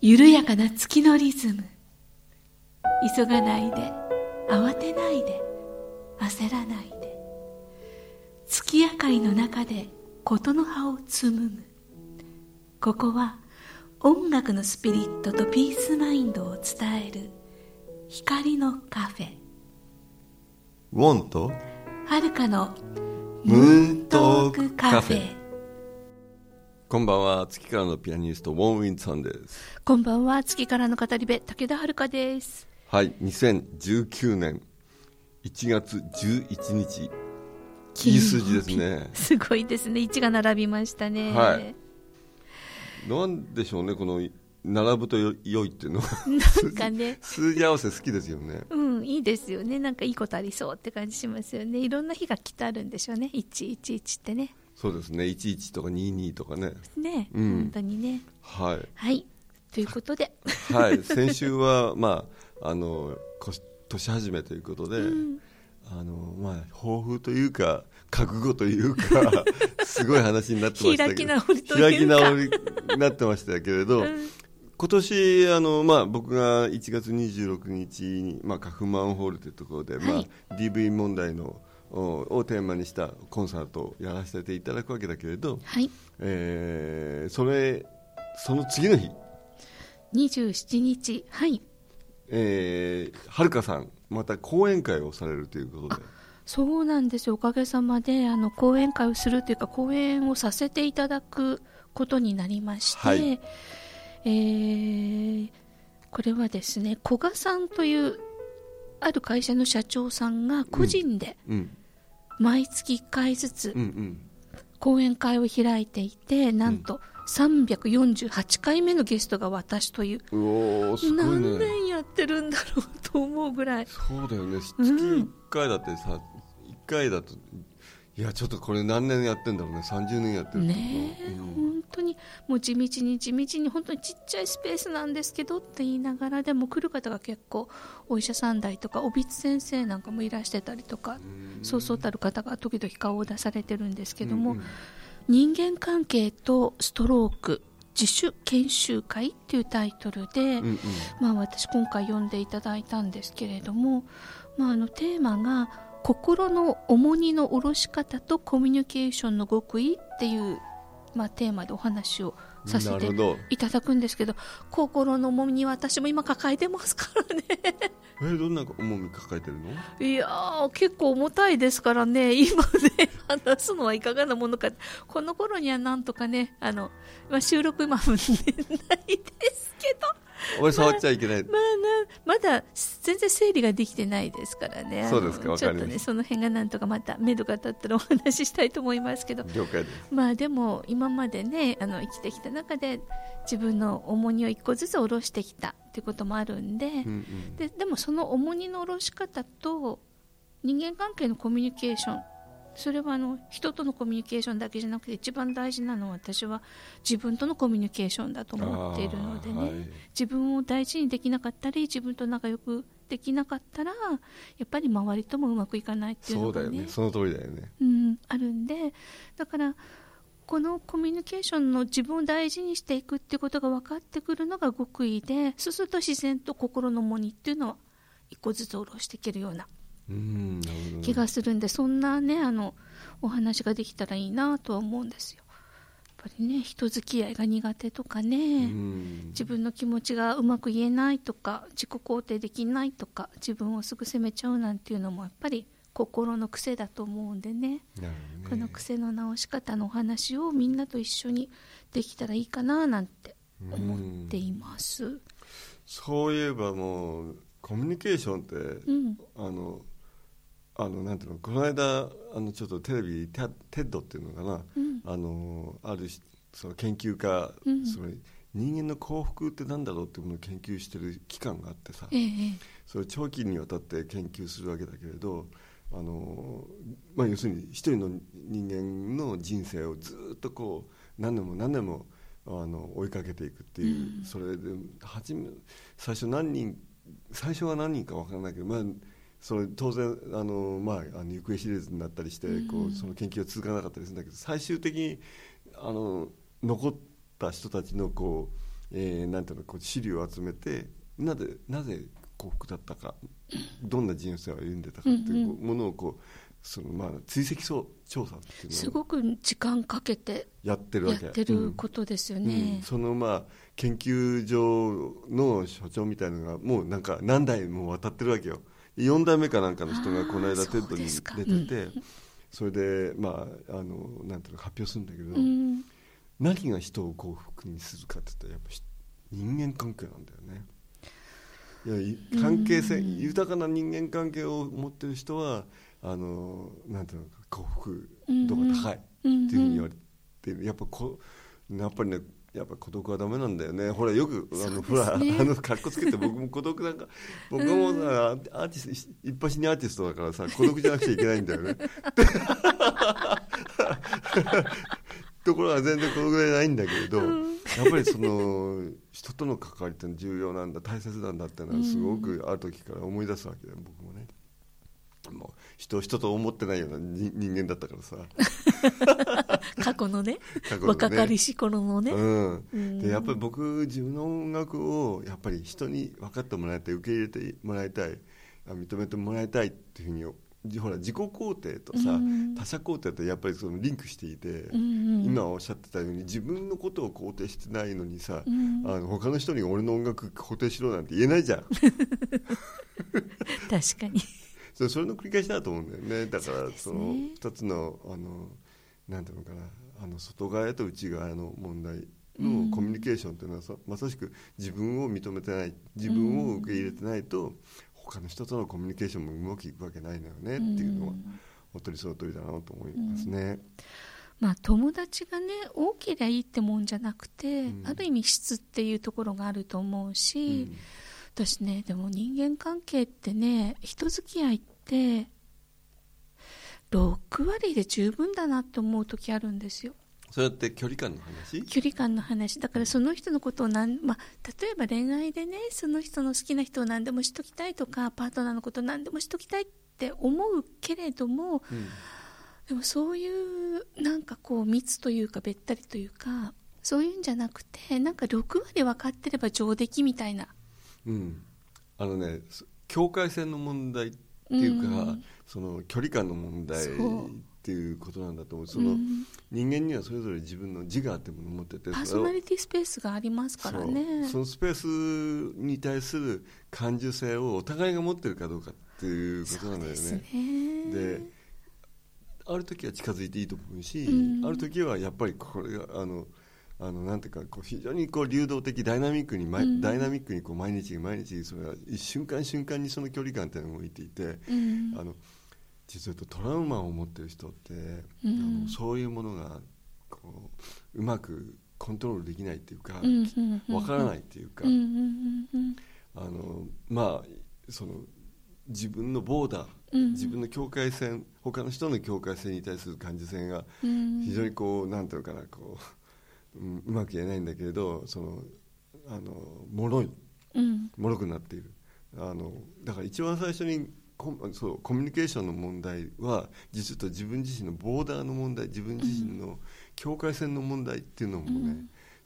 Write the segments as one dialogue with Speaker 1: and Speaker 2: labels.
Speaker 1: 緩やかな月のリズム急がないで慌てないで焦らないで月明かりの中で事の葉を紡ぐここは音楽のスピリットとピースマインドを伝える光のカフェ
Speaker 2: ウォンと
Speaker 1: はるかの
Speaker 2: ムーントー
Speaker 1: ク
Speaker 2: クカフェこんばんは月からのピアニストウォン・ウィンさんです
Speaker 1: こんばんは月からの語り部武田遥です
Speaker 2: はい2019年1月11日い
Speaker 1: 金
Speaker 2: い
Speaker 1: 曜日
Speaker 2: 数字ですね
Speaker 1: すごいですね1が並びましたね
Speaker 2: はいなんでしょうねこの並ぶとよ良いっていうのは
Speaker 1: なんかね
Speaker 2: 数字合わせ好きですよね
Speaker 1: うん、いいですよね。なんかいいことありそうって感じしますよね。いろんな日が来てあるんでしょうね。111ってね。
Speaker 2: そうですね11とか22とかね
Speaker 1: ね、
Speaker 2: うん
Speaker 1: 本当にね。
Speaker 2: はい
Speaker 1: はい。ということで。
Speaker 2: はい、先週は、まあ、あのこ年始めということで、あのまあ、抱負というか覚悟というかすごい話になってましたけど
Speaker 1: 開き直りというか
Speaker 2: 開き直りになってましたけれど、今年あの、まあ、僕が1月26日に、まあ、カフマンホールというところで、
Speaker 1: はい
Speaker 2: まあ、DV 問題のおをテーマにしたコンサートをやらせていただくわけだけれど、
Speaker 1: はい。
Speaker 2: えーそれその次の日
Speaker 1: 27日。はい。
Speaker 2: えー、はるかさんまた講演会をされるということで
Speaker 1: そうなんですよ。おかげさまで、あの、講演会をするというか、講演をさせていただくことになりまして、
Speaker 2: はい
Speaker 1: えーこれはですね、古賀さんという、ある会社の社長さんが個人で
Speaker 2: うん
Speaker 1: 毎月1回ずつ
Speaker 2: うんうん
Speaker 1: 講演会を開いていてなんと348回目のゲストが私という、
Speaker 2: うおーすごい
Speaker 1: 何
Speaker 2: ね
Speaker 1: 年やってるんだろうと思うぐらい
Speaker 2: そうだよね月
Speaker 1: うん
Speaker 2: 1回だってさ、一1回だといやちょっとこれ何年やってんだろうね30年やってるって
Speaker 1: ねえ、本当にもう地道に地道に本当にちっちゃいスペースなんですけどって言いながらでも来る方が結構お医者さん代とかおびつ先生なんかもいらしてたりとかそうそうたる方が時々顔を出されてるんですけども、
Speaker 2: うんうん
Speaker 1: 人間関係とストローク自主研修会っていうタイトルで、
Speaker 2: うんうん
Speaker 1: まあ、私今回読んでいただいたんですけれども、まあ、あのテーマが「心の重荷の下ろし方とコミュニケーションの極意」っていう、まあ、テーマでお話をさせ
Speaker 2: な
Speaker 1: て
Speaker 2: るほど
Speaker 1: いただくんですけど心の重荷私も今抱えてますからね
Speaker 2: えどんな重み抱えてるの
Speaker 1: いやー結構重たいですからね 今ね話すのはいかがなものかこの頃にはなんとかねあの、まあ、収録今もねないですけど
Speaker 2: 俺触っちゃいけない、
Speaker 1: まあなまだ全然整理ができてないですからね
Speaker 2: そうですか
Speaker 1: あの
Speaker 2: わかりま
Speaker 1: ち
Speaker 2: した
Speaker 1: ょっとねその辺がなんとかまた目処が立ったらお話ししたいと思います けど
Speaker 2: 了解です
Speaker 1: まあでも今までねあの生きてきた中で自分の重荷を一個ずつ下ろしてきたっていうこともあるんで、
Speaker 2: うんうん
Speaker 1: ででもその重荷の下ろし方と人間関係のコミュニケーションそれはあの人とのコミュニケーションだけじゃなくて一番大事なのは私は自分とのコミュニケーションだと思っているのでね、
Speaker 2: あーはい
Speaker 1: 自分を大事にできなかったり自分と仲良くできなかったらやっぱり周りともうまくいかないっていう
Speaker 2: そ
Speaker 1: の
Speaker 2: うだ
Speaker 1: が
Speaker 2: よ
Speaker 1: ね
Speaker 2: ねその通りだよね
Speaker 1: うん、あるんでだからこのコミュニケーションの自分を大事にしていくってことが分かってくるのが極意でそうすると自然と心の重荷っていうのは一個ずつ下ろしていけるような
Speaker 2: うんなるほどね
Speaker 1: 気がするんで、そんなねあのお話ができたらいいなとは思うんですよ。やっぱりね人付き合いが苦手とかね、
Speaker 2: うん
Speaker 1: 自分の気持ちがうまく言えないとか自己肯定できないとか自分をすぐ責めちゃうなんていうのもやっぱり心の癖だと思うんでね
Speaker 2: なる
Speaker 1: こ
Speaker 2: ほどね
Speaker 1: の癖の直し方のお話をみんなと一緒にできたらいいかななんて思っています。うん
Speaker 2: そういえばもうコミュニケーションって、
Speaker 1: うん
Speaker 2: あのあのなんていうのこの間あのちょっとテレビテテッドっていうのかな、
Speaker 1: うん
Speaker 2: あのあるしその研究家、
Speaker 1: うん
Speaker 2: その人間の幸福ってなんだろうっていうものを研究してる機関があってさ
Speaker 1: ええ
Speaker 2: それを長期にわたって研究するわけだけれどあの、まあ、要するに一人の人間の人生をずっとこう何年も何年もあの追いかけていくっていう、それで初め最初何人最初は何人か分からないけど、まあ、それ当然あの、まあ、あの行方シリーズになったりして、こうその研究は続かなかったりするんだけど最終的にあの残った人たちのこうえーなんていうのこう資料を集めてなぜなぜ幸福だったかどんな人生を歩んでたかっていうものをこうそのまあ追跡そう調査っていう
Speaker 1: す
Speaker 2: のを
Speaker 1: ごく時間かけて
Speaker 2: やってる
Speaker 1: や
Speaker 2: わ
Speaker 1: っ
Speaker 2: け
Speaker 1: て
Speaker 2: う
Speaker 1: る
Speaker 2: ん
Speaker 1: ことですよ
Speaker 2: うん
Speaker 1: ね。
Speaker 2: そのまあ研究所の所長みたいなのがもうなんか何代も渡ってるわけよ4代目かなんかの人がこの
Speaker 1: あー
Speaker 2: 間テント
Speaker 1: そう
Speaker 2: に
Speaker 1: ですか
Speaker 2: 出ててそれでまああのなんていうの発表するんだけど、
Speaker 1: うん
Speaker 2: 何が人を幸福にするかって言ったらやっぱし人間関係なんだよねいやい関係性豊かな人間関係を持ってる人はあのなんていうのか幸福度が高いっていうふうに言われてるやっぱこやっぱりねやっぱ孤独はダメなんだよねほらよくあの、ほらあの格好つけて僕も孤独なんか僕もさアーティスト一発にアーティストだからさ孤独じゃなくちゃいけないんだよねところが全然このぐらいないんだけれど、やっぱりその人との関わりってのは重要なんだ大切なんだってのはすごくある時から思い出すわけだよ僕もねもう人を人と思ってないような人人間だったからさ、
Speaker 1: 過去のね
Speaker 2: 過去のね
Speaker 1: 若かりし頃のね、
Speaker 2: うん、でやっぱり僕自分の音楽をやっぱり人に分かってもらえて受け入れてもらいたいあ認めてもらいたいっていうふうにじほら自己肯定とさ、他者肯定ってやっぱりそのリンクしていて、今おっしゃってたように自分のことを肯定してないのにさ、あの他の人に俺の音楽肯定しろなんて言えないじゃん
Speaker 1: 確かに。
Speaker 2: それそれの繰り返しだと思うんだよねだからその
Speaker 1: ね
Speaker 2: 二つのあのなんていうのかなあの外側と内側の問題
Speaker 1: うん
Speaker 2: のコミュニケーションっていうのはさまさしく自分を認めてない自分を受け入れてないと他の人とのコミュニケーションもうまくいくわけないのよねっていうのは本当にその通りだなと思いますね。
Speaker 1: まあ、友達がね多けりゃいいってもんじゃなくて、
Speaker 2: うん
Speaker 1: ある意味質っていうところがあると思うし、私ねでも人間関係ってね人付き合いって6割で十分だなって思う時あるんですよ
Speaker 2: そうやって距離感の話
Speaker 1: 距離感の話だからその人のことをなん、まあ、例えば恋愛でねその人の好きな人を何でもしときたいとかパートナーのこと何でもしときたいって思うけれども、
Speaker 2: うん
Speaker 1: でもそういうなんかこう密というかべったりというかそういうんじゃなくてなんか6割分かってれば上出来みたいな
Speaker 2: うん、あのねそ境界線の問題っていうか、
Speaker 1: うん
Speaker 2: その距離感の問題っ
Speaker 1: そう
Speaker 2: ていうことなんだと思うその、
Speaker 1: うん
Speaker 2: 人間にはそれぞれ自分の自我っていうものを持ってて
Speaker 1: パーソナリ
Speaker 2: テ
Speaker 1: ティスペースがありますからね
Speaker 2: そのスペースに対する感受性をお互いが持ってるかどうかっていうことなんだよ
Speaker 1: です
Speaker 2: ね
Speaker 1: ね。
Speaker 2: である時は近づいていいと思うし、
Speaker 1: うん
Speaker 2: ある時はやっぱりこれがあのあのなんていうかこう非常にこう流動的ダイナミックに、まい
Speaker 1: うん
Speaker 2: ダイナミックにこう毎日毎日それは一瞬間瞬間にその距離感っていうのが動いていて、
Speaker 1: うん
Speaker 2: あの実は言うとトラウマを持ってる人って、
Speaker 1: うん
Speaker 2: あのそういうものがこううまくコントロールできないっていうか、
Speaker 1: うんうんうんうん
Speaker 2: わからないっていうか、
Speaker 1: うんうんうんうん
Speaker 2: あのまあその自分のボーダー、
Speaker 1: うん
Speaker 2: 自分の境界線他の人の境界線に対する感受性が
Speaker 1: うん
Speaker 2: 非常にこう、なんていうのかなこう、うん、うまく言えないんだけれどそのあの脆い
Speaker 1: うん
Speaker 2: 脆くなっているあのだから一番最初にコそうコミュニケーションの問題は実は自分自身のボーダーの問題自分自身の境界線の問題っていうのもね、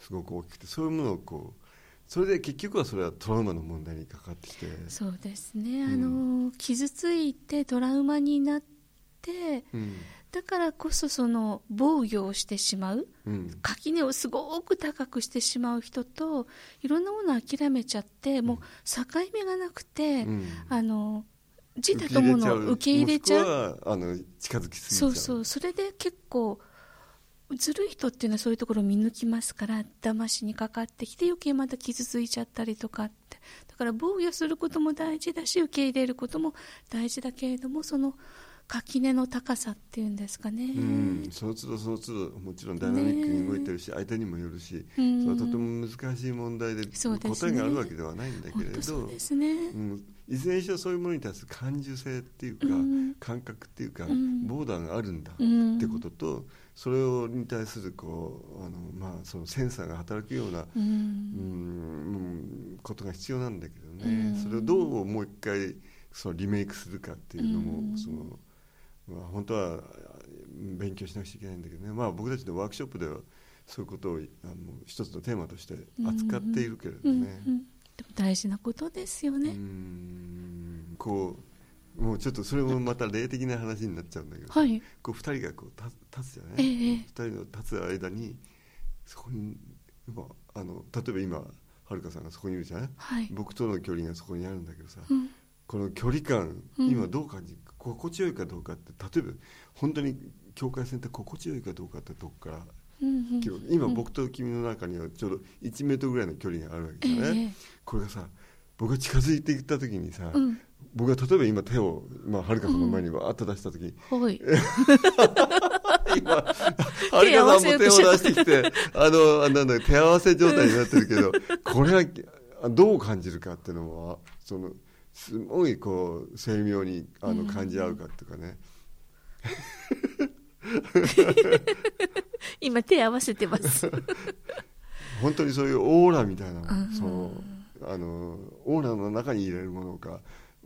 Speaker 2: すごく大きくてそういうものをこうそれで結局はそれはトラウマの問題にかかってきて、
Speaker 1: そうですね
Speaker 2: うん
Speaker 1: あの傷ついてトラウマになって
Speaker 2: うん
Speaker 1: だからこそその防御をしてしまう
Speaker 2: うん
Speaker 1: 垣根をすごく高くしてしまう人といろんなものを諦めちゃってもう境目がなくて、
Speaker 2: うん、
Speaker 1: あの自他とものを受け入れちゃう
Speaker 2: もしくはあの近づきすぎちゃ
Speaker 1: そううそうそれで結構ずるい人っていうのはそういうところを見抜きますから騙しにかかってきて余計また傷ついちゃったりとかってだから防御することも大事だし受け入れることも大事だけれどもその垣根の高さっていうんですかね。
Speaker 2: うん、その都度その都度もちろんダイナミックに動いてるし、相手にもよるし、
Speaker 1: うん
Speaker 2: それはとても難しい問題で
Speaker 1: そうです
Speaker 2: 答
Speaker 1: ね
Speaker 2: えがあるわけではないんだけ
Speaker 1: 本
Speaker 2: れ
Speaker 1: 当
Speaker 2: ど
Speaker 1: そうですね、
Speaker 2: うん、いずれにしろそういうものに対する感受性っていうか、
Speaker 1: うん
Speaker 2: 感覚っていうか、
Speaker 1: ん
Speaker 2: ボーダーがあるんだっ
Speaker 1: うん
Speaker 2: てことと、それをに対するこうあの、まあ、そのセンサーが働くような、
Speaker 1: う
Speaker 2: うん
Speaker 1: ん
Speaker 2: うんことが必要なんだけど
Speaker 1: う
Speaker 2: ね、
Speaker 1: ん
Speaker 2: それをどうもう一回そのリメイクするかっていうのも、
Speaker 1: うん
Speaker 2: そのまあ、本当はあ勉強しなくちゃいけないんだけどね、まあ、僕たちのワークショップではそういうことをあの一つのテーマとして扱っているけれど
Speaker 1: うん
Speaker 2: ね。
Speaker 1: うんでも大事なことですよね、
Speaker 2: うんこうもうちょっとそれもまた霊的な話になっちゃうんだけど、
Speaker 1: はい
Speaker 2: こう二人がこう立立つじゃない、
Speaker 1: えええ
Speaker 2: 二人の立つ間にそこに今あの例えば今はるかさんがそこにいるじゃない
Speaker 1: はい、
Speaker 2: 僕との距離がそこにあるんだけどさ、
Speaker 1: うん
Speaker 2: この距離感
Speaker 1: うん
Speaker 2: 今どう感じ、心地よいかどうかって例えば本当に境界線って心地よいかどうかってどこから、
Speaker 1: うんうん
Speaker 2: 切ろう今僕と君の中にはちょうど1メートルぐらいの距離があるわけ
Speaker 1: え
Speaker 2: じゃない、
Speaker 1: え
Speaker 2: これがさ僕が近づいていった時にさ、
Speaker 1: うん
Speaker 2: 僕が例えば今手を、まあ、はるかさんの前にわーっと出した時に、
Speaker 1: はい
Speaker 2: 今、はるかさんも手を出してきて、あの、あなんだ、手合わせ状態になってるけど、これはあどう感じるかっていうのは、その、すごいこう、精妙にあの感じ合うかっていうかね。
Speaker 1: 今手合わせてます
Speaker 2: 本当にそういうオーラみたいな、
Speaker 1: うん
Speaker 2: そのあのオーラの中に入れるものか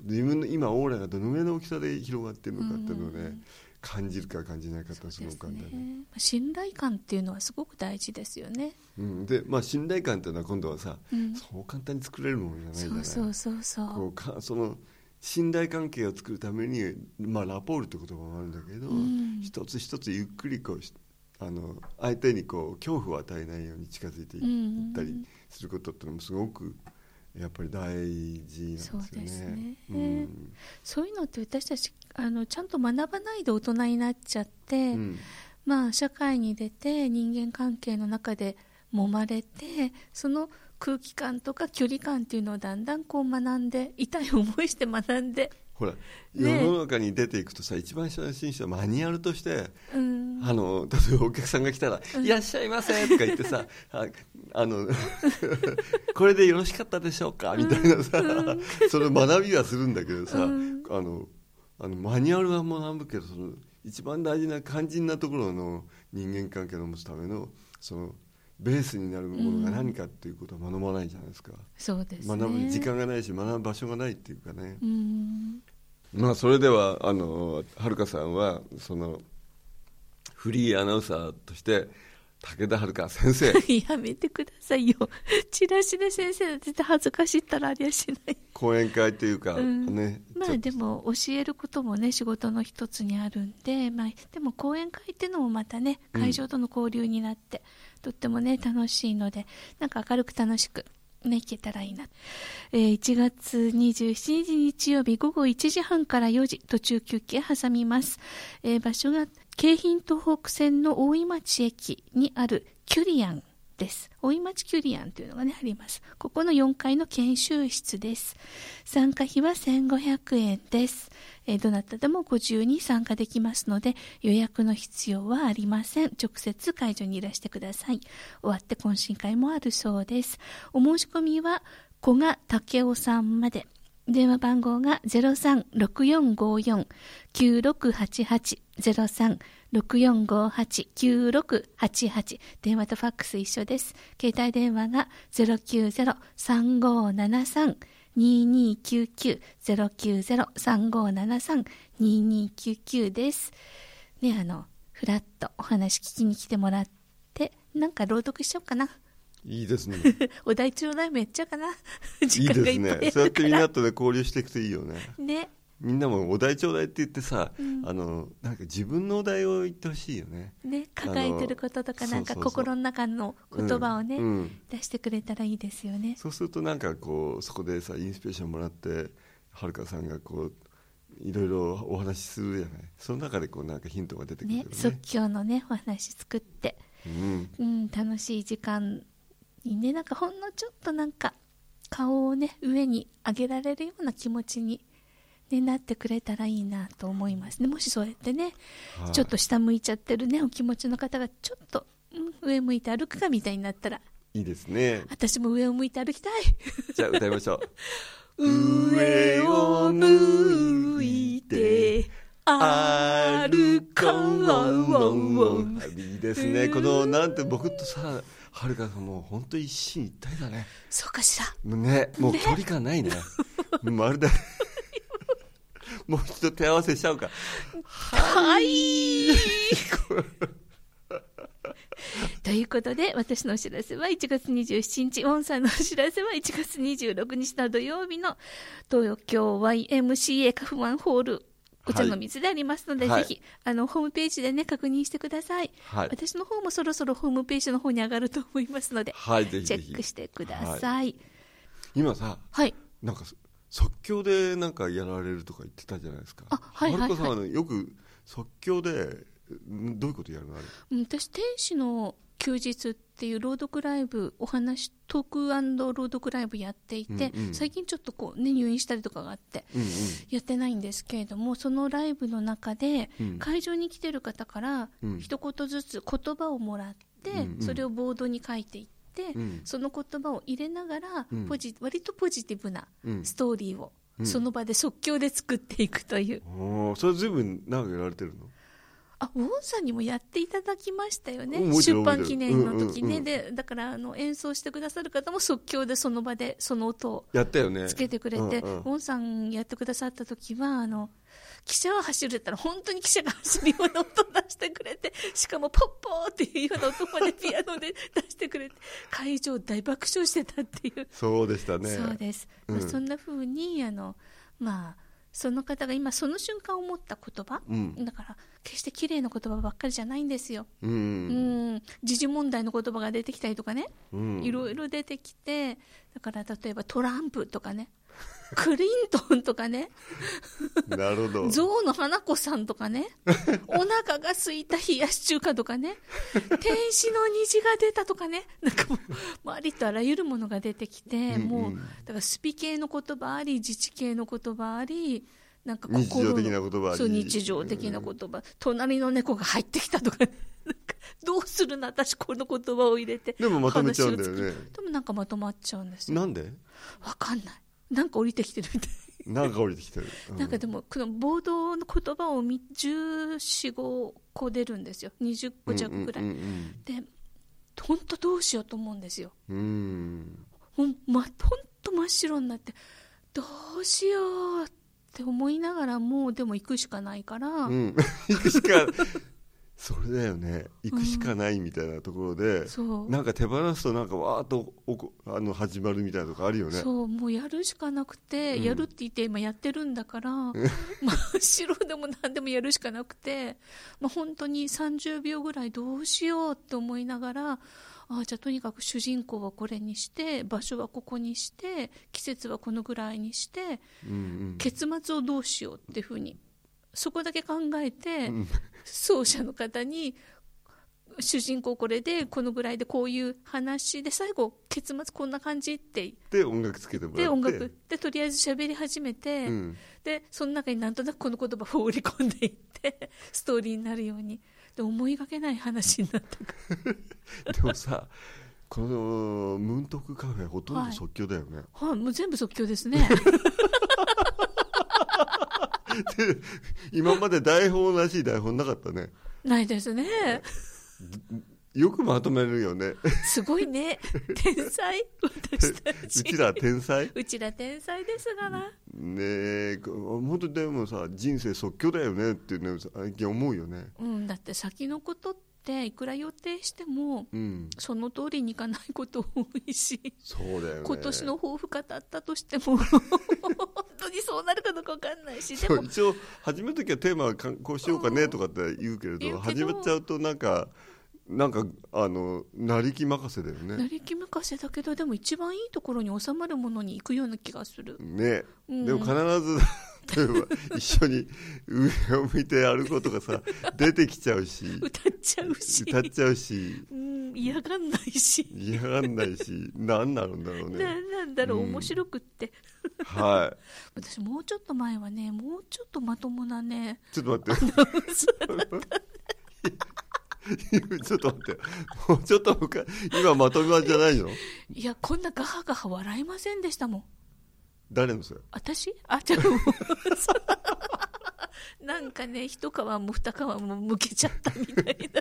Speaker 2: 自分の今オーラがどのぐらいの大きさで広がってるのかっていうのをね、
Speaker 1: うん
Speaker 2: 感じるか感じないかってす
Speaker 1: そうで
Speaker 2: ごく
Speaker 1: す
Speaker 2: 簡単で,、
Speaker 1: ね信頼感っていうのはすごく大事ですよね、
Speaker 2: うん、でまあ信頼感っていうのは今度はさ、
Speaker 1: うん、
Speaker 2: そう簡単に作れるものじゃないんだ
Speaker 1: そ
Speaker 2: ね
Speaker 1: うそうそうそ
Speaker 2: こ
Speaker 1: う
Speaker 2: うかその信頼関係を作るために、まあ、ラポールって言葉もあるんだけど、
Speaker 1: うん
Speaker 2: 一つ一つゆっくりこうしあの相手にこう恐怖を与えないように近づいていいった
Speaker 1: うんうんう
Speaker 2: り
Speaker 1: ん
Speaker 2: することってのもすごくやっぱり大事なんです
Speaker 1: そ
Speaker 2: よね。
Speaker 1: うですね
Speaker 2: うん
Speaker 1: そういうのって私たちあのちゃんと学ばないで大人になっちゃって、
Speaker 2: うん
Speaker 1: まあ、社会に出て人間関係の中で揉まれてその空気感とか距離感っていうのをだんだんこう学んで痛い思いして学んで、
Speaker 2: ほら世
Speaker 1: ね
Speaker 2: の中に出ていくとさ、一番最初にしたマニュアルとして
Speaker 1: うん、
Speaker 2: あの例えばお客さんが来たら「いらっしゃいませ」とか言ってさ「ああの これでよろしかったでしょうか」みたいなさ、その学びはするんだけどさ、
Speaker 1: うん
Speaker 2: あのあのマニュアルは学ぶけどその一番大事な肝心なところの人間関係の持つためのそのベースになるものが何かっていうことは学ばないじゃないですか、
Speaker 1: そうですね
Speaker 2: 学ぶ時間がないし学ぶ場所がないっていうかね。
Speaker 1: うん
Speaker 2: まあそれではあのはるかさんはそのフリーアナウンサーとして武田はるか 先生
Speaker 1: やめてくださいよチラシで先生だって恥ずかしいったらありゃしない
Speaker 2: 講演会というか、
Speaker 1: うん
Speaker 2: ね
Speaker 1: ま
Speaker 2: ちょ
Speaker 1: あ
Speaker 2: っと
Speaker 1: でも教えることもね仕事の一つにあるんで、まあ、でも講演会っていうのもまたね
Speaker 2: うん
Speaker 1: 会場との交流になって、とってもね楽しいのでなんか明るく楽しく。ね、いけたらいいな、えー1月27日日曜日午後1時半から4時途中休憩挟みます、えー場所が京浜東北線の大井町駅にあるキュリアンです大井町キュリアンというのが、ね、ありますここの4階の研修室です参加費は1500円です、えーどなたでもご自由に参加できますので予約の必要はありません直接会場にいらしてください終わって懇親会もあるそうですお申し込みは古賀武雄さんまで電話番号が0364549688 03-6458-9688電話とファックス一緒です。携帯電話が090-3573-2299 090-3573-2299です。ね、あの、ふらっとお話聞きに来てもらって、なんか朗読しようかな。
Speaker 2: いいですね
Speaker 1: お題ちょうだいめっちゃかな。
Speaker 2: い
Speaker 1: 時
Speaker 2: い
Speaker 1: 間が
Speaker 2: で
Speaker 1: いっぱいある
Speaker 2: すねそうやって
Speaker 1: か
Speaker 2: みん
Speaker 1: ら
Speaker 2: なとで交流していくといいよね
Speaker 1: ね。
Speaker 2: みんなもお題ちょうだいって言ってさ、あのなんか自分のお題を言ってほしいよね
Speaker 1: ね、抱えてることとか
Speaker 2: あの
Speaker 1: なんか
Speaker 2: そうそうそう
Speaker 1: 心の中の言葉をね、
Speaker 2: うんうん
Speaker 1: 出してくれたらいいですよね。
Speaker 2: そうするとなんかこうそこでさインスピレーションもらってはるかさんがこういろいろお話しするじゃないその中でこうなんかヒントが出てくるよ
Speaker 1: ね、即興のねお話作って、
Speaker 2: うん
Speaker 1: うん、楽しい時間にねなんかほんのちょっとなんか顔をね上に上げられるような気持ちに、ね、なってくれたらいいなと思いますねもしそうやってね、
Speaker 2: はい
Speaker 1: ちょっと下向いちゃってるねお気持ちの方がちょっと、うん、上向いて歩くかみたいになったら
Speaker 2: いいですね。
Speaker 1: 私も上を向いて歩きたい
Speaker 2: じゃあ歌いまし ょう。
Speaker 1: 上を向いて歩こう
Speaker 2: いいですね。このなんて僕とさ、はるかさんもう本当一心一体だね。
Speaker 1: そうかしら
Speaker 2: もうね、もう距離感 ないね。まるで。 もう一度手合わせしちゃうか。
Speaker 1: はい。ということで、私のお知らせは1月27日、ウォンさんのお知らせは1月26日の土曜日の東京 YMCA カフワンホール、お茶の水でありますので、
Speaker 2: はい
Speaker 1: ぜひ、あの、ホームページでね、確認してください。
Speaker 2: はい
Speaker 1: 私の方もそろそろホームページの方に上がると思いますので、
Speaker 2: はいぜ
Speaker 1: チ
Speaker 2: ひぜ
Speaker 1: ェ
Speaker 2: ひ
Speaker 1: ックしてくだ
Speaker 2: はい
Speaker 1: さい。
Speaker 2: 今さ
Speaker 1: はい。
Speaker 2: なんかそ即興でなんかやられるとか言ってたじゃないですか
Speaker 1: あはいはいはい
Speaker 2: マルコさんはね、よく即興でんどういうことやるのあれ
Speaker 1: うん私、天使の休日っていう朗読ライブ、お話、トーク朗読ライブやっていて、
Speaker 2: うんうん
Speaker 1: 最近ちょっとこう、ね、入院したりとかがあって、
Speaker 2: うん
Speaker 1: やってないんですけれどもそのライブの中で
Speaker 2: うん
Speaker 1: 会場に来てる方から
Speaker 2: うん
Speaker 1: 一言ずつ言葉をもらって、
Speaker 2: うんうん
Speaker 1: それをボードに書いていって、
Speaker 2: うん
Speaker 1: その言葉を入れながら、
Speaker 2: うん
Speaker 1: ポジ割とポジティブな
Speaker 2: うん
Speaker 1: ストーリーを、
Speaker 2: うん
Speaker 1: その場で即興で作っていくという、
Speaker 2: うんおーそれずいぶん長くやられてるの
Speaker 1: あウォンさんにもやっていただきましたよね、
Speaker 2: うん覚えてる
Speaker 1: 出版記念の時ね、
Speaker 2: 覚えて
Speaker 1: でだからあの演奏してくださる方も即興でその場でその音を
Speaker 2: やったよね
Speaker 1: つけてくれて、
Speaker 2: うんうん
Speaker 1: ウォンさんやってくださった時はあの汽車は走るって言ったら本当に汽車が走るような音を出してくれてしかもポッポーっていうような音までピアノで出してくれて会場大爆笑してたっていう、
Speaker 2: そうでしたね
Speaker 1: そうです、
Speaker 2: うん
Speaker 1: まあそんな風にあのまあその方が今その瞬間思った言葉、
Speaker 2: うん
Speaker 1: だから決して綺麗な言葉ばっかりじゃないんですよ、
Speaker 2: うん
Speaker 1: うん、時事問題の言葉が出てきたりとかね、
Speaker 2: うん
Speaker 1: いろいろ出てきて、だから例えばトランプとかね、 クリントンとかね、
Speaker 2: なるほど
Speaker 1: 象の花子さんとか ね、お腹が空いた冷やし中華とかね、天使の虹が出たとかね、なんかもう、ありとあらゆるものが出てきて、
Speaker 2: うんうん
Speaker 1: もう、だからスピ系の言葉あり、自治系の言葉あり、なんか
Speaker 2: 日常的な言葉あり
Speaker 1: そう、日常的な言葉、隣の猫が入ってきたとかね、 なんかどうするの、私、この言葉を入れて、
Speaker 2: でもまとめちゃうんだよね
Speaker 1: 話を作るでもなんかまとまっちゃうんですよ。
Speaker 2: なんで
Speaker 1: わかんない。なんか降りてきてるみたい。
Speaker 2: なんか降りてきてる、う
Speaker 1: なんかでも、この暴動の言葉をみ14、5個出るんですよ。20個弱ぐらい。
Speaker 2: うんうん
Speaker 1: で、本当どうしようと思うんですよ。
Speaker 2: うんうん
Speaker 1: もう、ま、ほんと真っ白になって、どうしようって思いながらもう、でも行くしかないから、
Speaker 2: うん、 行くしかそれだよね行くしかないみたいなところで、
Speaker 1: そう。
Speaker 2: なんか手放すとなんかわーっとおこあの始まるみたいなとこあるよね
Speaker 1: そうもうやるしかなくて、
Speaker 2: うん
Speaker 1: やるって言って今やってるんだ から、真っ白でも何でもやるしかなくて、まあ、本当に30秒ぐらいどうしようって思いながらああじゃあとにかく主人公はこれにして場所はここにして季節はこのぐらいにして
Speaker 2: うん
Speaker 1: 結末をどうしようっていうふうにそこだけ考えて、
Speaker 2: うん
Speaker 1: 奏者の方に主人公これでこのぐらいでこういう話で最後結末こんな感じって
Speaker 2: で音楽つけてもらって
Speaker 1: で音楽でとりあえず喋り始めて、
Speaker 2: うん、
Speaker 1: でその中になんとなくこの言葉を放り込んでいってストーリーになるようにで思いがけない話になったか
Speaker 2: でもさこのムーントークカフェほとん
Speaker 1: は
Speaker 2: ど
Speaker 1: い
Speaker 2: 即興だよね、
Speaker 1: ら、はい、もう全部即興ですね
Speaker 2: 今まで台本らしい台本なかったね
Speaker 1: ないですね
Speaker 2: よくまとめる よね
Speaker 1: すごいね天才私た
Speaker 2: う
Speaker 1: ち
Speaker 2: ちら天才
Speaker 1: うちら天才ですがな
Speaker 2: ねえこ本当にでもさ人生即興だよねっていうの最近思うよね
Speaker 1: うんだって先のことっていくら予定しても
Speaker 2: うん
Speaker 1: その通りにいかないこと多いし
Speaker 2: そうだよね
Speaker 1: 今年の抱負語ったとして も本当にそうなるかどうか分かんないしで
Speaker 2: そ
Speaker 1: も
Speaker 2: う一応始める時はテーマはかこうしようかねとかって言うけれど,、
Speaker 1: 言うけ
Speaker 2: 始
Speaker 1: ど
Speaker 2: めちゃうとなんかなんかあのなりき任せだよ
Speaker 1: な
Speaker 2: ね
Speaker 1: りきむかせだけどでも一番いいところに収まるものに行くような気がする、
Speaker 2: ね、
Speaker 1: うん
Speaker 2: でも必ず 例えば一緒に上を向いて歩こうとか さ出てきちゃうし
Speaker 1: 歌っちゃうし
Speaker 2: 歌っちゃうし
Speaker 1: うん嫌がんないし
Speaker 2: 嫌がんないし何なんだろうね
Speaker 1: 何なんだろう、
Speaker 2: うん
Speaker 1: 面白くって
Speaker 2: は
Speaker 1: 私もうちょっと前はねもうちょっとまともなね
Speaker 2: いちょっと待ってちょっと待ってもうちょっと他今まとめ版じゃないの
Speaker 1: いやこんなガハガハ笑いませんでしたもん
Speaker 2: 誰のそれ
Speaker 1: 私あじゃあもうなんかね一皮も二皮もむけちゃったみたいな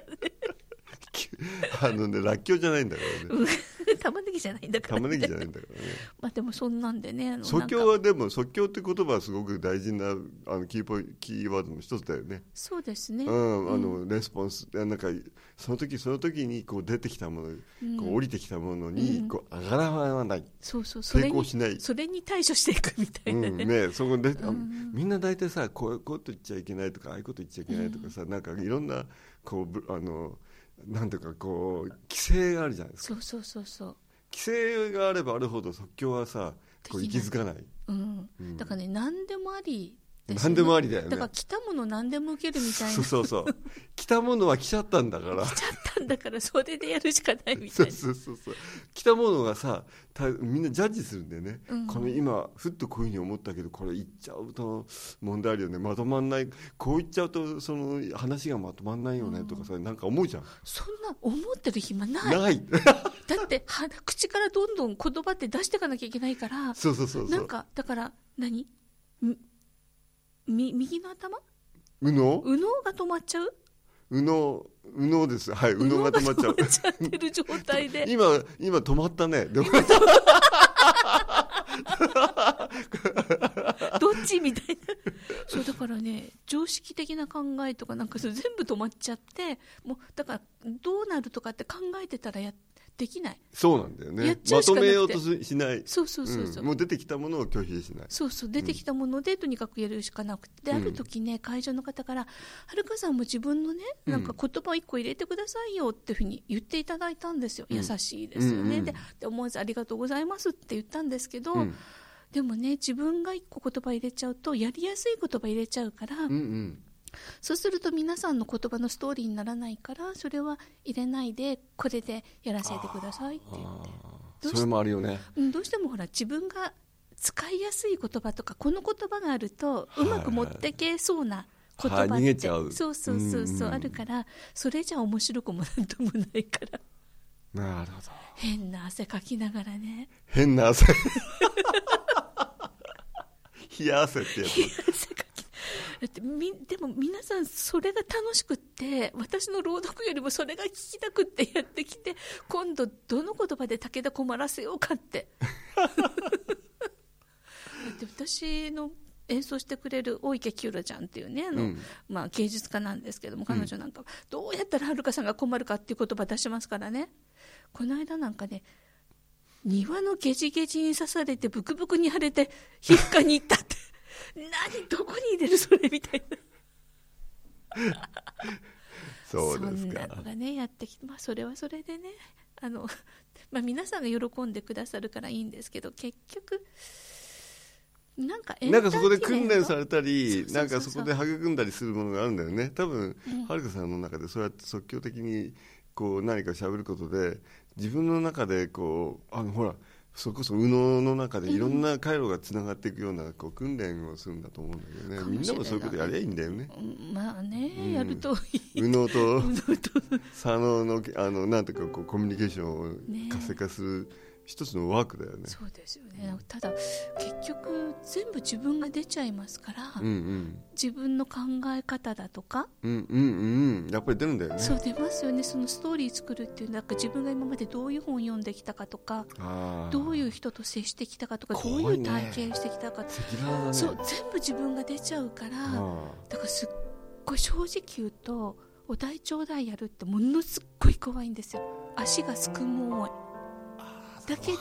Speaker 2: あのねらっきょうじゃないんだからね
Speaker 1: 玉ねぎぎじゃないんだから、ね、
Speaker 2: 玉ねぎじゃないんだからね
Speaker 1: まあでもそん なんでねあの
Speaker 2: 即興
Speaker 1: なんか
Speaker 2: はでも即興って言葉はすごく大事なあのキーポイキーワードの一つだよね
Speaker 1: そうですね、
Speaker 2: うん、あのレスポンスあなんかその時その時にこう出てきたもの、こう降りてきたものにこう上がらわない、
Speaker 1: そうそうそれ
Speaker 2: 成功
Speaker 1: に
Speaker 2: しない
Speaker 1: それに対処していくみた
Speaker 2: う
Speaker 1: いなんね、
Speaker 2: ね、そこで、あみんな大体さこういうこと言っちゃいけないとかああいうこと言っちゃいけないとかさ、なんかいろんなこうぶあのなんていうかこう規制があるじゃないですか
Speaker 1: そうそうそうそう
Speaker 2: 規制があればあるほど即興はさこう
Speaker 1: でき
Speaker 2: 息
Speaker 1: ない
Speaker 2: づ かない
Speaker 1: うん、だからね何でもありす
Speaker 2: 何でもありだよね
Speaker 1: だから来たもの何でも受けるみたい
Speaker 2: そう
Speaker 1: な
Speaker 2: そうそう来たものは来ちゃったんだから
Speaker 1: ちゃったんだからそれでやるしかないみた
Speaker 2: そ
Speaker 1: いうな
Speaker 2: そうそうそう来たものがさたみんなジャッジするんだよね、
Speaker 1: うん
Speaker 2: この今ふっとこういうふうに思ったけどこれ言っちゃうと問題あるよねまとまんないこう言っちゃうとその話がまとまんないよねとかさ、なんか思うじゃん、
Speaker 1: そんな思ってる暇ない
Speaker 2: ない
Speaker 1: だっては口からどんどん言葉って出していかなきゃいけないから
Speaker 2: そうそうそうそう
Speaker 1: なんかだから何みみ右の頭
Speaker 2: 右脳
Speaker 1: 右脳が止まっちゃ う
Speaker 2: 右脳右脳ですはい右脳が止まっちゃう
Speaker 1: 右脳が止まっちゃってる状態で
Speaker 2: 今今止まったねでも
Speaker 1: どっちみたいなそうだからね常識的な考えとかなんかそう全部止まっちゃってもうだからどうなるとかって考えてたらやできない
Speaker 2: そうなんだよ
Speaker 1: や
Speaker 2: ね
Speaker 1: っちゃ
Speaker 2: ま
Speaker 1: うし
Speaker 2: と
Speaker 1: かなくて
Speaker 2: めようとししない
Speaker 1: そうそうそうそう
Speaker 2: うん、もう出てきたものを拒否しない
Speaker 1: そうそう出てきたもので、とにかくやるしかなくてである時ね、会場の方からはるかさんも自分のねなんか言葉を1個入れてくださいよっていうふうに言っていただいたんですよ、優しいですよね、
Speaker 2: うんうん
Speaker 1: でで思わずありがとうございますって言ったんですけど、
Speaker 2: うん
Speaker 1: でもね自分が1個言葉入れちゃうとやりやすい言葉入れちゃうから、
Speaker 2: うんうん
Speaker 1: そうすると皆さんの言葉のストーリーにならないからそれは入れないでこれでやらせてくださいって言って。どうし
Speaker 2: それもあるよね
Speaker 1: うん、どうしてもほら自分が使いやすい言葉とかこの言葉があるとうまく持ってけそうな言葉って、
Speaker 2: はい逃げちゃう
Speaker 1: そうそうそう
Speaker 2: うんうん
Speaker 1: そううんあるからそれじゃ面白くもなんともないから
Speaker 2: なるほど
Speaker 1: 変な汗かきながらね
Speaker 2: 変な汗 冷や汗ってやつ
Speaker 1: 汗かきだってみ でも皆さんそれが楽しくって私の朗読よりもそれが聞きたくってやってきて今度どの言葉で武田困らせようかってだって私の演奏してくれる大池清良ちゃんっていうねあの、
Speaker 2: うん
Speaker 1: まあ、芸術家なんですけども彼女なんかはどうやったらはるかさんが困るかっていう言葉出しますからねこの間なんかね庭のゲジゲジに刺されてブクブクに腫れて皮膚科に行った って何どこに入れるそれみたいな
Speaker 2: そうです
Speaker 1: そ
Speaker 2: か
Speaker 1: んなのがねやってきて、まあ、それはそれでねあの、 まあ、皆さんが喜んでくださるからいいんですけど結局なんかエンター
Speaker 2: なん
Speaker 1: テイメント
Speaker 2: かそこで訓練されたり
Speaker 1: そうそ
Speaker 2: な
Speaker 1: うんそう
Speaker 2: か
Speaker 1: そ
Speaker 2: そうこで育んだりするものがあるんだよね多分
Speaker 1: うん
Speaker 2: はるかさんの中でそうやって即興的にこう何か喋ることで自分の中でこうあのほらそれこそ右脳の中でいろんな回路がつながっていくようなこう訓練をするんだと思うんだけどね
Speaker 1: か
Speaker 2: み
Speaker 1: も
Speaker 2: ん
Speaker 1: しれな
Speaker 2: な
Speaker 1: い
Speaker 2: もそういうことやりゃいいんだよね
Speaker 1: うんまあね、
Speaker 2: うん
Speaker 1: やるといい
Speaker 2: 右脳と
Speaker 1: うと
Speaker 2: 左脳のあのなんていうかこうコミュニケーションを
Speaker 1: ねえ
Speaker 2: 活性化する一つのワークだよね
Speaker 1: そうですよねただ結局全部自分が出ちゃいますから、
Speaker 2: うんうん
Speaker 1: 自分の考え方だとか、
Speaker 2: うんうんうんやっぱり出るんだよね
Speaker 1: そう出ますよねそのストーリー作るっていうなんか自分が今までどういう本を読んできたかとか
Speaker 2: あー
Speaker 1: どういう人と接してきたかとかど
Speaker 2: 怖
Speaker 1: う
Speaker 2: いね
Speaker 1: いう体験してきたかとか、
Speaker 2: 赤裸々だね
Speaker 1: そう全部自分が出ちゃうから
Speaker 2: あ
Speaker 1: だからすっごい正直言うとお題ちょうだいやるってものすっごい怖いんですよ足がすくむ重いだけど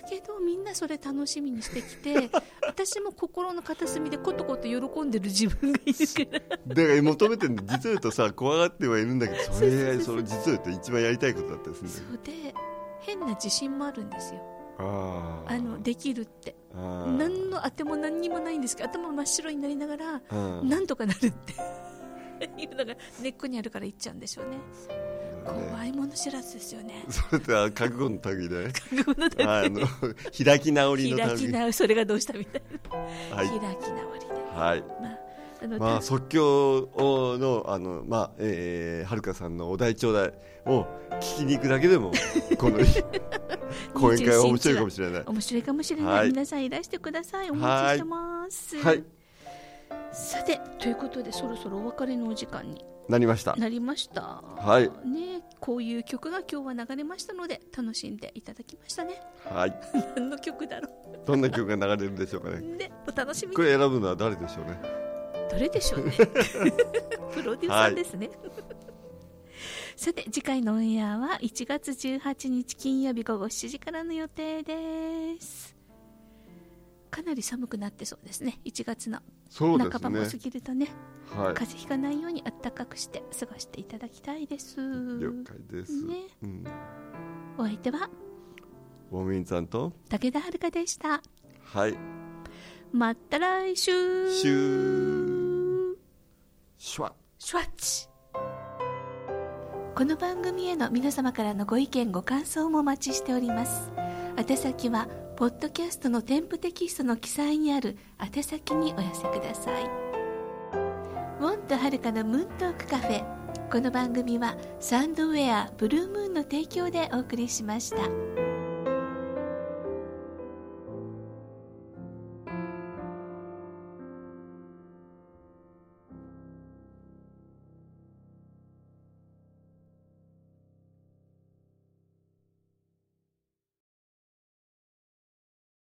Speaker 1: だけどみんなそれ楽しみにしてき て私も心の片隅でコトコト喜んでる自分がいるから
Speaker 2: ーだから求めてるんだ実を言うとさ怖がってはいるんだけどそれ
Speaker 1: そうそうそう
Speaker 2: それ実を言うと一番やりたいことだったりするんだ
Speaker 1: そ
Speaker 2: よね
Speaker 1: うで変な自信もあるんですよ
Speaker 2: あー
Speaker 1: あのできるって
Speaker 2: あー
Speaker 1: 何の当ても何にもないんですけど頭真っ白になりながら
Speaker 2: うん
Speaker 1: なんとかなるって いうのが根っこにあるから言っちゃうんでしょうね怖
Speaker 2: ね
Speaker 1: いもの知らずですよね
Speaker 2: それってあ覚悟の類だね
Speaker 1: 覚悟のた
Speaker 2: あの開き直りの
Speaker 1: 開き
Speaker 2: 類
Speaker 1: 直りそれがどうしたみたいな、
Speaker 2: はい
Speaker 1: 開き直りで
Speaker 2: はい
Speaker 1: まああの、
Speaker 2: まあ、
Speaker 1: た
Speaker 2: 即興のあの、まあえーはるかさんのお題頂戴を聞きに行くだけで もこの講演会は面白いかもしれない。
Speaker 1: 面白いかもしれない、
Speaker 2: はい
Speaker 1: 皆さんいらしてくださいお待ちしてます、
Speaker 2: はい、
Speaker 1: さてということでそろそろお別れのお時間に
Speaker 2: なりました
Speaker 1: なりました、
Speaker 2: はい
Speaker 1: ねえ、こういう曲が今日は流れましたので楽しんでいただきましたね
Speaker 2: はい
Speaker 1: 何の曲だろ
Speaker 2: どんな曲が流れるでしょうかね
Speaker 1: うでお楽しみに
Speaker 2: これ選ぶのは誰でしょうね
Speaker 1: どれでしょ うねプロデューサーですね、さて次回のオンエアは1月18日金曜日午後7時からの予定ですかなり寒くなってそうですね1月の
Speaker 2: そうで
Speaker 1: 半ば
Speaker 2: す
Speaker 1: も
Speaker 2: ね
Speaker 1: 過ぎるとね
Speaker 2: はい
Speaker 1: 風邪ひかないようにあったかくして過ごしていただきたいです
Speaker 2: 了解です、
Speaker 1: ね
Speaker 2: うん、
Speaker 1: お相手は
Speaker 2: ウォーミンさんと
Speaker 1: 武田遥でした
Speaker 2: はい
Speaker 1: また来週
Speaker 2: シューシュワッ
Speaker 1: シュワッチこの番組への皆様からのご意見ご感想もお待ちしております宛先はポッドキャストの添付テキストの記載にある宛先にお寄せくださいモントはるかのムーントークカフェこの番組はサンドウェアブルームーンの提供でお送りしました